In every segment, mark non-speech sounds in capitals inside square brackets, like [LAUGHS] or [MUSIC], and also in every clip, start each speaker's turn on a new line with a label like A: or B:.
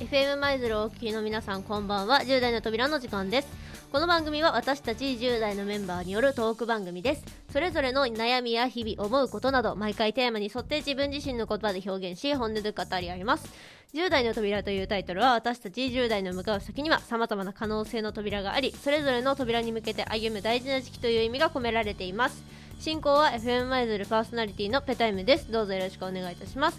A: FM マイズルをお聞きの皆さんこんばんは10代の扉の時間ですこの番組は私たち10代のメンバーによるトーク番組ですそれぞれの悩みや日々思うことなど毎回テーマに沿って自分自身の言葉で表現し本音で語り合います10代の扉というタイトルは私たち10代の向かう先には様々な可能性の扉がありそれぞれの扉に向けて歩む大事な時期という意味が込められています進行は FM マイズルパーソナリティのペタイムですどうぞよろしくお願いいたします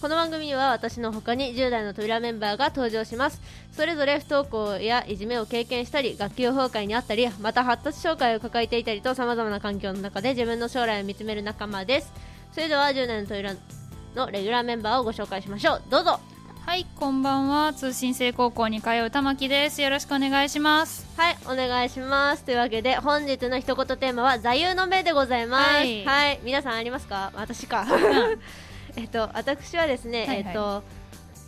A: この番組には私の他に10代の扉メンバーが登場しますそれぞれ不登校やいじめを経験したり学級崩壊にあったりまた発達障害を抱えていたりとさまざまな環境の中で自分の将来を見つめる仲間ですそれでは10代の扉のレギュラーメンバーをご紹介しましょうどうぞ
B: はい、こんばんは。通信制高校に通う玉木です。よろしくお願いします。
A: はい、お願いします。というわけで、本日の一言テーマは座右の銘でございます。は、
B: はいい
A: 皆さんありますか。私か。 [LAUGHS] えっと、私はですね、
B: はいはい
A: えっと。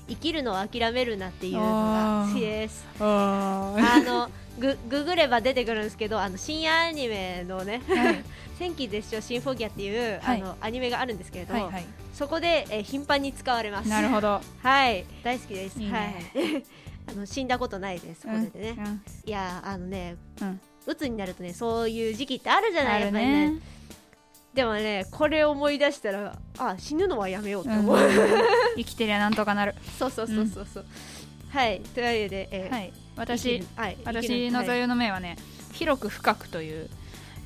A: 生きるのを諦めるなっていうのが
B: あー
A: [LAUGHS] 好きです。
B: は
A: あの、ぐ、ググれば出てくるんですけど、あの深夜アニメのね。
B: い、はい、
A: 千機絶唱シンフォギアっていう、
B: はい
A: あの、アニメがあるんですけれど、
B: は
A: そこで、えー頻繁に使われま
B: い、
A: す。
B: なるほど。
A: はい、大好きです。
B: いいね
A: はい。 [LAUGHS] あの、死んだことないです。そこでね。
B: うん
A: いやーあのね
B: うん、
A: 鬱になるとねそういう時期ってあるじゃない
B: あ
A: やっ
B: る
A: ぱりね
B: ね。
A: でもねこれ思い出したらあ死ぬのはやめようと
B: うん
A: 思う、
B: 生きてりゃなんとかなる。
A: そうそうそうそうそうはいというわけで、えー
B: はい、
A: 生
B: 私
A: き、るはい生き
B: 私
A: る
B: の
A: はい
B: 座右の銘はね、広く深くという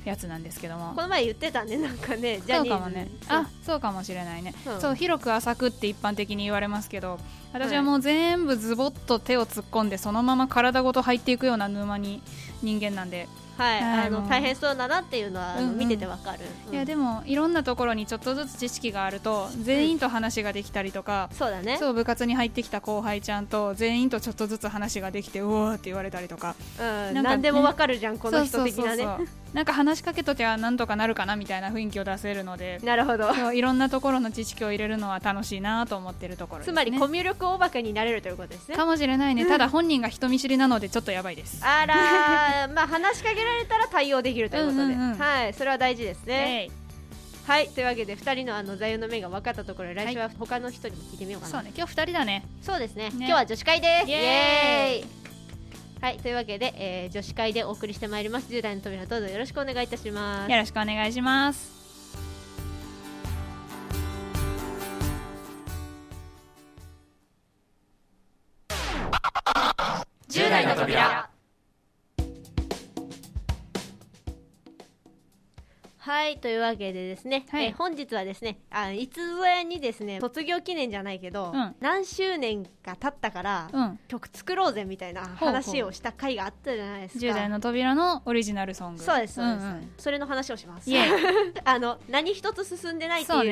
B: やつなんですけども
A: こ。の前言ってたねなんかねジャ
B: そう
A: ニーズ
B: かもね。あ、そうかもしれないね。
A: そう
B: そう、広く浅くって一般的に言われますけど。私はもう全部ズボッと手を突っ込んで、そのまま体ごと入っていくような沼に人間なんで。
A: はい、
B: はい
A: あの
B: もう
A: 大変そうだなっていうのは、あの
B: うんうん
A: 見ててわかる、うん
B: いやでもいろんなところにちょっとずつ知識があると全員と話ができたりとか、
A: そうだね
B: そう部活に入ってきた後輩ちゃんと全員とちょっとずつ話ができてうおーって言われたりとか
A: うん、
B: ね
A: 何でもわかるじゃんこの人的なね
B: そうそうそうそうなんか話しかけときゃなんとかなるかなみたいな雰囲気を出せるので
A: なるほど
B: そういろんなところの知識を入れるのは楽しいなと思ってるところです、
A: つ
B: ね、
A: まりコミュ力お化けになれるということですね
B: かもしれないねただ本人が人見知りなのでちょっとやばいです
A: あらーまあ話しかけられたら対応できるということで、
B: うんうんうん
A: はいそれは大事ですね、
B: えい
A: はいというわけで2人のあの座右の銘が分かったところで来週は他の人にも聞いてみようかな、
B: そうね今日二人だね
A: そうですね
B: ね
A: 今日は女子会です
B: イエーイ
A: はいというわけで、えー女子会でお送りしてまいります10代の扉どうぞよろしくお願いいたします
B: よろしくお願いします
C: 10代の扉
A: はいというわけでですね、
B: は
A: え
B: い
A: ー本日はですねあいつぞやにですね卒業記念じゃないけど、
B: うん
A: 何周年か経ったから、
B: うん
A: 曲作ろうぜみたいな
B: ほうほう
A: 話をした回があったじゃないですか
B: 10代の扉のオリジナルソング
A: そうですそうです、
B: んん
A: それの話をします
B: イエ
A: [LAUGHS] あの何一つ進んでないっていう
B: そう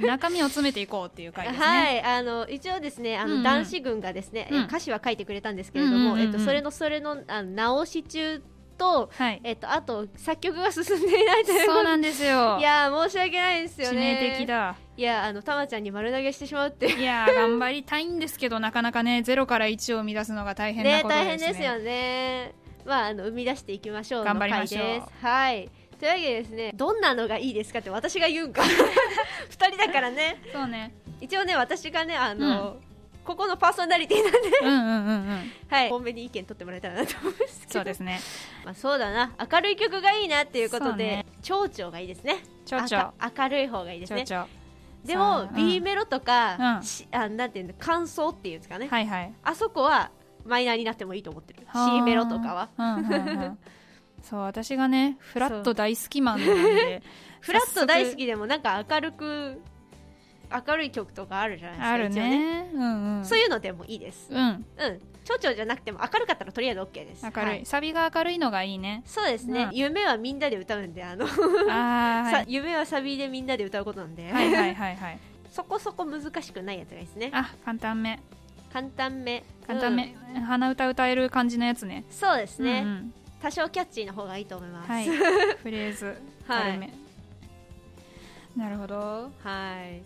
B: ね中身を詰めていこうっていう回です
A: [LAUGHS]
B: ね、
A: はい、あの一応ですね、あの、
B: うんうん
A: 男子軍がですね、え
B: うん
A: 歌詞は書いてくれたんですけれども、
B: うんうんうんう
A: え
B: ん
A: っとそれのそれのあの直し中と、
B: はい
A: えっとあと作曲が進んでいないということ
B: そうなんですよ
A: いやー申し訳ないですよ
B: 致
A: ね。
B: 命的だ
A: いやーあのたまちゃんに丸投げしてしまうっていう
B: いやー頑張りたいんですけどなかなかねゼロから1を生み出すのが大変な
A: ね
B: こと
A: 大変
B: です
A: で
B: ね
A: すよね。まああの生み出していきましょうの
B: 頑張り
A: 回
B: ましょう
A: です。はい。というわけでですね、どんなのがいいですかって私が
B: [LAUGHS]
A: 言うんか。二人だからね。
B: そうね
A: 一応ね私がねあの、ここのパーソナリティなんで、
B: うんうんうんうん
A: はい、多めに意見取ってもらえたらなと思うんですけど
B: そうですね
A: まあ、そうだな明るい曲がいいなっていうこと
B: そう
A: で
B: ね
A: 蝶々、がいいですね
B: 蝶々
A: あか明るい方がいいです
B: ちょ
A: ね
B: ちょ
A: でも
B: さ、あ
A: B
B: うん
A: メロとか、
B: うん
A: しあなんていうの感想っていうんですかね、
B: はいはい
A: あそこはマイナーになってもいいと思ってる C メロとかは
B: うん
A: [LAUGHS]
B: うんうんそう私がねフラット大好きマンなんで
A: [LAUGHS] フラット大好
B: 早速
A: きでもなんか明るく明るい曲とかあるじゃな
B: あ
A: いで
B: る
A: すか一応
B: ねうんうん
A: そういうのでもいいです
B: うん
A: うん蝶々じゃなくても明るかったらとりあえず OK です
B: 明
A: は
B: るいサビが明るいのがい
A: [LAUGHS]
B: いね
A: そうですね、
B: うん
A: 夢はみんなで歌うんであの、
B: あー
A: さ夢はサビでみんなで歌うことなんで、
B: はいはいはいはいはい
A: [LAUGHS] そこそこ難しくないやつがいいですね
B: あ簡単め
A: 簡単め
B: 簡単
A: うん
B: め、鼻歌歌える感じのやつね
A: そうですね、
B: うんうん
A: 多少キャッチーな方がいいと思います [LAUGHS]
B: はいフレーズ
A: はい
B: 軽め、なるほど
A: はい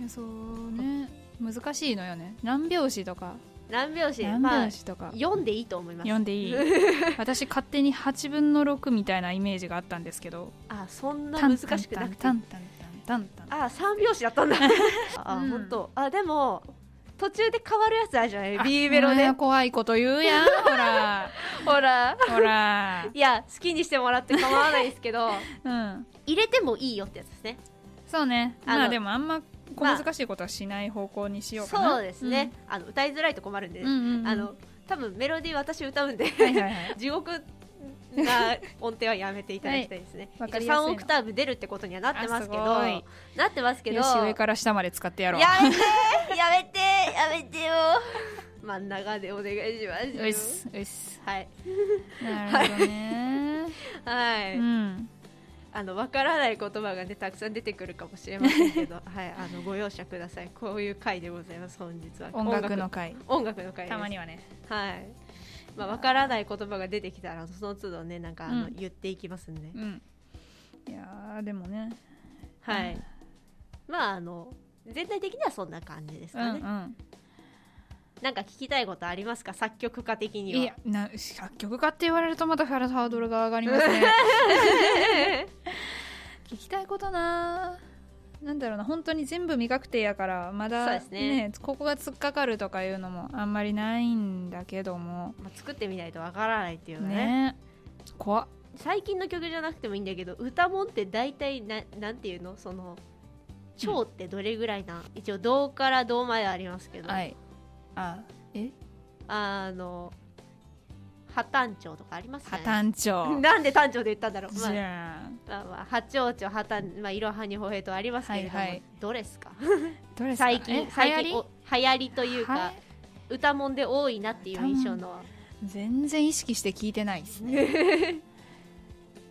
B: いやそうね難しいのよね何拍子とか
A: 何拍子
B: 何
A: まあ
B: 拍子とか、
A: 読んでいいと思います
B: 読ん
A: [LAUGHS]
B: でいい私勝手に8分の6みたいなイメージがあったんですけど
A: あそんな難しくなくて
B: [LAUGHS] タンタンタンタンタンタンタン
A: あ三拍子だったんだあ
B: うん
A: 本当あでも途中で変わるやつあるじゃない
B: あ
A: B メロ
B: お前
A: で
B: は怖いこと言うやんほ
A: [LAUGHS]
B: ら
A: ほら
B: ほら
A: いや好きにしてもらって構わないですけど
B: うん
D: 入れてもいいよってやつですね
B: そうね
A: あの
B: まあでもあんま小
A: まあ
B: 難しいことはしない方向にしようかな、
A: そうですね、あの歌いづらいと困るんで、
B: うん、うんうんうん
A: あの多分メロディー私歌うんで、
B: はいはいはい
A: [LAUGHS] 地獄な音程はやめていただきたいですね
B: はいわかりやすいの
A: 3オクターブ出るってことにはなってますけど
B: あすごい
A: なってますけど
B: よし上から下まで使ってやろう
A: やめてやめてやめてよ真ん中でお願いしますよ
B: ういっすういっす
A: はい
B: なるほどね、
A: はい、
B: うん
A: あのわからない言葉がねたくさん出てくるかもしれません
B: [LAUGHS]
A: けどはいあのご容赦くださいこういう回でございます本日は
B: 音楽の回
A: 音楽の回です
B: たまにはね
A: はいまあわからない言葉が出てきたらその都度ねなんかあの、
B: うん
A: 言っていきますんで、
B: うんいやーでもね
A: はい、まああの全体的にはそんな感じです
B: うん
A: かね、
B: うん
A: なんか聞きたいことありますか作曲家的にはい
B: やな作曲家って言われるとまたハードルが上がりますね
A: [LAUGHS]
B: 聞きたいことななんだろうな本当に全部未確定やからま
A: そう
B: だ、
A: ですね
B: ここが突っかかるとかいうのもあんまりないんだけども
A: まあ、作ってみないとわからないっていうね
B: ね怖っ
A: 最近の曲じゃなくてもいいんだけど歌もんって大体ななんていうのその腸ってどれぐらいな、一応銅から銅までありますけど、
B: はいあえ
A: あの破綻腸とかあります
B: 破
A: ね
B: 綻
A: [LAUGHS]
B: 長
A: なんで単調で言ったんだろう、まあ
B: じゃあ
A: まあまあ、八丁丁破綻、まあ、いろはにほへとありますけれども、
B: はいはい
A: どれですか
B: どれですか
A: 最近
B: え
A: 最
B: 流
A: 近
B: 行
A: お流行りと
B: り
A: いうか、
B: は
A: 歌もんで多いなっていう印象の
B: 全然意識して聞いてないですね
A: [LAUGHS]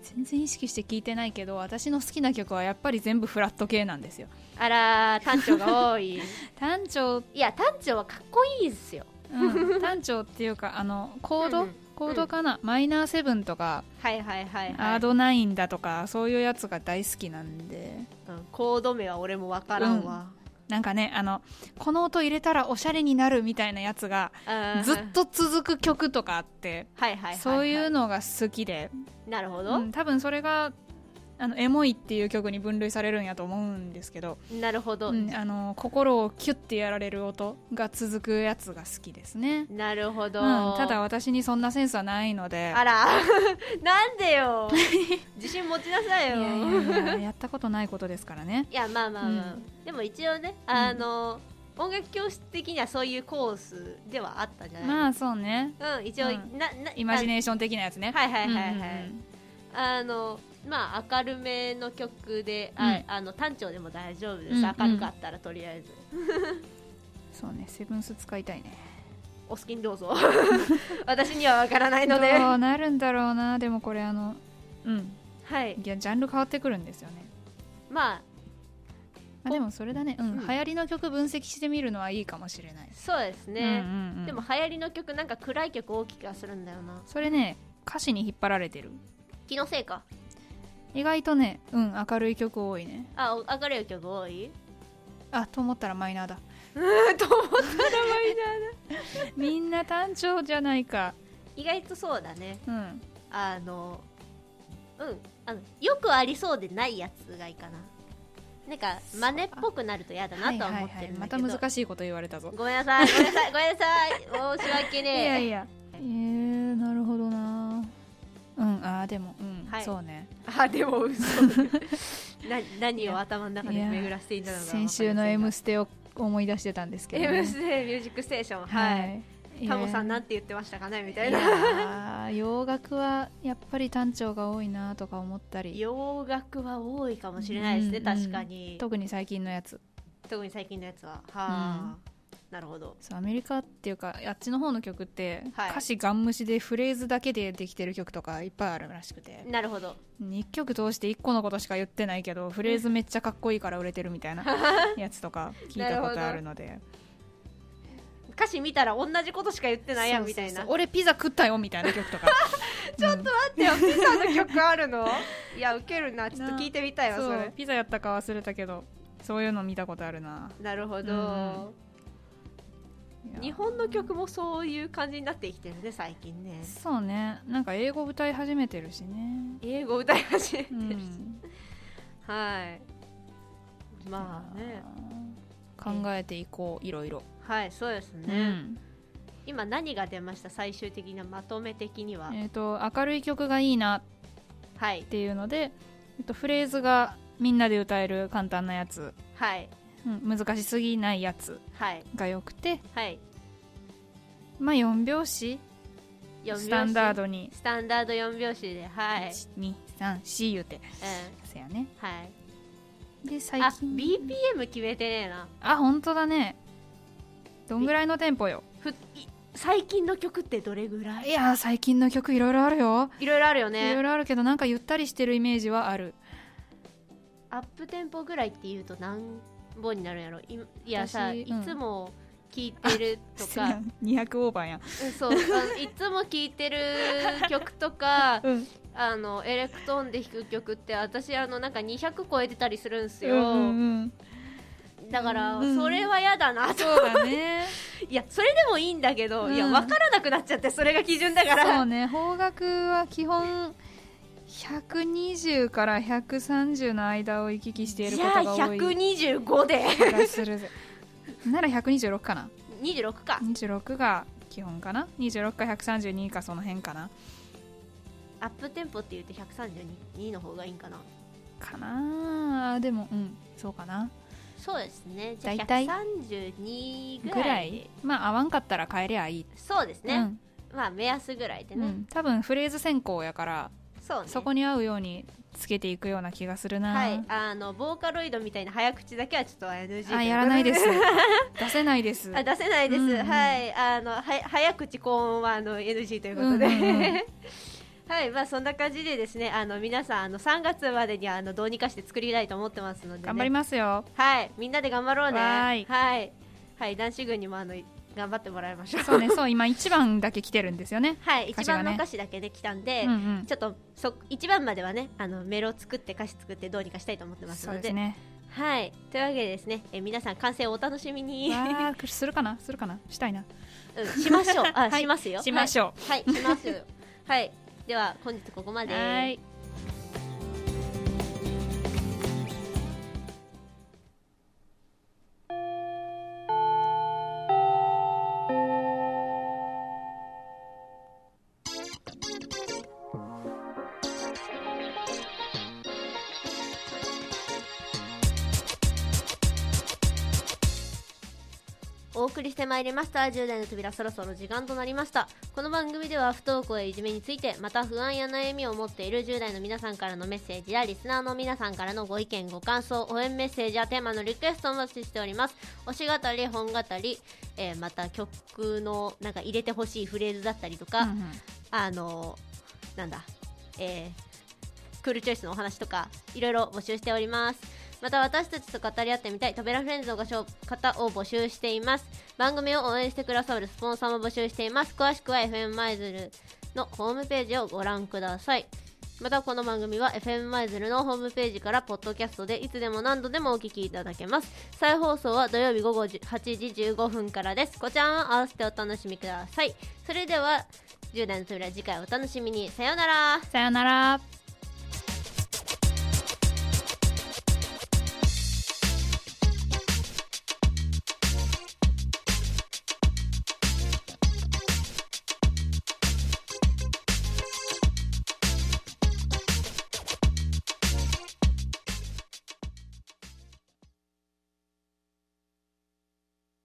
B: 全然意識して聞いてないけど私の好きな曲はやっぱり全部フラット系なんですよ
A: あらー単調が多
B: [LAUGHS]
A: いい
B: 単調、
A: や単調はかっこいいですよ [LAUGHS]
B: うん、単調っていうかあのコー
A: う
B: ド
A: んうん
B: コードかな、マイナーセブンとか、
A: はいはいはい、
B: ア
A: は
B: ー
A: い
B: ドナインだとかそういうやつが大好きなんで
A: うん、コード名は俺もわからんわ、
B: なんかねあのこの音入れたらおしゃれになるみたいなやつが
A: あー
B: ずっと続く曲とかあって、
A: はいはいはい、はい、
B: そういうのが好きで、
A: なるほ
B: う
A: ど、
B: ん、多分それがあのエモいっていう曲に分類されるんやと思うんですけど、
A: なるほど、
B: うんあの心をキュッてやられる音が続くやつが好きですね、
A: なるほ
B: う
A: ど、
B: ん、ただ私にそんなセンスはないので
A: あら [LAUGHS] なんでよ自信持ちなさい
B: い
A: よ
B: やいやいややったことないことですからね
A: いやまあまあまあ、
B: う
A: でも一応ねあの、音楽教室的にはそういうコースではあったじゃない、
B: まあそうね
A: うん一応、
B: うん
A: なな
B: イマジネーション的なやつね
A: はいはいはいはい、
B: うん
A: あのまあ明るめの曲で、
B: うん
A: ああの単調でも大丈夫です、
B: うんうん
A: 明るかったらとりあえず
B: そうねセブンス使いたいね
A: お好きにどうぞ [LAUGHS] 私にはわからない
B: ど
A: ので
B: うなるんだろうなでもこれあのうん
A: はい
B: いやジャンル変わってくるんですよね
A: まあ
B: まあ、でもそれだね、うん
A: うん
B: 流行りの曲分析してみるのはいいかもしれない
A: そうです
B: う
A: ね、
B: んうんうん
A: でも流行りの曲なんか暗い曲大きくするんだよな
B: それね歌詞に引っ張られてる
A: 気のせいか
B: 意外とねうん明るい曲多いね
A: あお明るい曲多
B: [LAUGHS]
A: い
B: あと思ったらマイナ
A: [LAUGHS]
B: ーだ
A: と思ったら
B: みんな単調じゃないか
A: 意外とそうだね
B: うん
A: あのうんあのよくありそうでないやつがいいかななんか真似っぽくなると嫌だなとは思ってるんだ
B: ま
A: け
B: た
A: ど、
B: 難しいこと言われたぞ
A: ごめんなさいごめんなさいごめんなさい申し訳ね
B: い
A: え
B: やいやえー、なるほどなうんあーでもうん、
A: はい
B: そうね
A: [LAUGHS] あでも嘘な何を頭の中で巡らせていたのか
B: 先週の「M
A: ム
B: ステ」を思い出してたんですけど、ね、
A: M ステミュージックステーション
B: は
A: はい
B: い
A: タモさん
B: な
A: なんて言ってましたかねみたい
B: い
A: な
B: やー洋楽はやっぱり単調が多いなとか思ったり
A: 洋楽は多いかもしれないですね
B: うんうん
A: 確かに
B: 特に最近のやつ
A: 特に最近のやつははあなるほど
B: そうアメリカっていうかあっちの方の曲って、
A: はい
B: 歌詞ガン無視でフレーズだけでできてる曲とかいっぱいあるらしくて
A: なるほど
B: 1曲通して1個のことしか言ってないけどフレーズめっちゃかっこいいから売れてるみたいなやつとか聞いたことあるので
A: 歌詞見たら同じことしか言ってないやんみたい
B: そうそう
A: な
B: そう俺ピザ食ったよみたいな曲と
A: [LAUGHS]
B: かちょっと待
A: でもピザの曲あるの
B: [LAUGHS]
A: いやウケるなちょっと聞いてみたいわそれ
B: ピザやったか忘れたけどそういうの見たことあるな
A: なるほ
B: うん
A: ど
B: いや
A: 日本の曲もそういう感じになってきてるね最近ね
B: そうねなんか英語歌い始めてるしね
A: 英語歌い始めて
B: う
A: るし
B: ん
A: はいまあね
B: 考えていこういろいろ。
A: はいそうですね、
B: うん
A: 今何が出ました最終的なまとめ的には、
B: えー、と明るい曲がいいなっ
A: はい
B: ていうので、えっとフレーズがみんなで歌える簡単なやつ、
A: はい
B: うん、難しすぎないやつ
A: はい
B: がよくて、
A: はい
B: まあ、4拍子
A: 四拍子
B: スタンダードに
A: スタンダード4拍子ではい、
B: 1234言うて
A: う
B: そやね
A: んはい、
B: で最
A: あ
B: 近
A: BPM 決めてねえな
B: あ本当だねどんぐらいのテンポよ
A: ふい最近の曲ってどれぐら
B: い
A: い
B: やー最近の曲いろいろあるよ、
A: いろいろあるよ
B: いろい
A: ね
B: ろあるけどなんかゆったりしてるイメージはある
A: アップテンポぐらいっていうと何本になるんやろいいやさ、
B: 私
A: い
B: うん
A: つも聞いてると
B: せ [LAUGHS] や
A: か
B: ん200オーバーやん、
A: うんそうあのいつも聞いてる曲と
B: [LAUGHS]
A: か
B: うん、
A: あのエレクトーンで弾く曲って私あのなんか200超えてたりするんすよ、
B: うんうんうん
A: だから
B: うん
A: それは嫌だなと、
B: そうだ
A: [LAUGHS]
B: ね
A: いやそれでもいいんだけど、
B: うん
A: いや分からなくなっちゃってそれが基準だから
B: そうね方角は基本120から130の間を行き来してい
A: じ
B: るこ
A: ゃあ
B: とが多い気
A: 125で
B: がするぜなら126かな
A: 26か
B: 26が基本かな26か132かその辺かな
A: アップテンポって言うと132の方がいいんかな
B: かなあでもうんそうかな
A: そうですねじゃあ
B: 大体
A: 132ぐ
B: ぐ
A: らい
B: らいまあ合わんかったら変えりゃいい、
A: そうですね、
B: うん
A: まあ目安ぐらいでね、
B: うん多分フレーズ選考やから
A: そうね
B: そこに合うようにつけていくような気がするな、
A: はいあのボーカロイドみたいな早口だけはちょっと NG とうこと
B: あやらない
A: [LAUGHS]
B: です出せないです
A: あ出せないです、
B: うんうん
A: はいあのは早口高音はあの NG ということで、
B: うんうんうん
A: [LAUGHS] はいまあそんな感じでですねあの皆さんあの3月までにあのどうにかして作りたいと思ってますので、ね、
B: 頑張りますよ
A: はいみんなで頑張ろうね
B: わーい
A: はいはい男子軍にもあの頑張ってもらいまし
B: [LAUGHS]
A: ょう
B: そうねそう今1番だけ来てるんですよね
A: はい
B: 歌
A: 一
B: 詞がね
A: 番の歌詞だけできたんで、
B: うんうん
A: ちょっとそ一番まではねあのメロ作って歌詞作ってどうにかしたいと思ってます
B: そ
A: の
B: う
A: で
B: ですね
A: はいというわけでですねえ皆さん完成をお楽しみに、
B: わーするかなするかなしたいな
A: うん、しましょうあ、
B: はい
A: しますよ
B: しましょ
A: はい、しますよ。 [LAUGHS] はい、では本日ここま
B: う
A: で。
B: はい
A: お送りしてまいりました10代の扉そろそろ時間となりましたこの番組では不登校やいじめについてまた不安や悩みを持っている10代の皆さんからのメッセージやリスナーの皆さんからのご意見ご感想応援メッセージやテーマのリクエストをお待ちしております推し語り本語り、えーまた曲のなんか入れてほしいフレーズだったりとか、
B: うんうん
A: あのなんだ、えークールチョイスのお話とかいろいろ募集しておりますまた私たちと語り合ってみたいトベラフレンズのご紹方を募集しています番組を応援してくださるスポンサーも募集しています詳しくは FM 舞鶴のホームページをご覧くださいまたこの番組は FM 舞鶴のホームページからポッドキャストでいつでも何度でもお聞きいただけます再放送は土曜日午後10 8時15分からですこちらも合わせてお楽しみくださいそれでは10代の扉次回お楽しみにさようなら
B: さよなら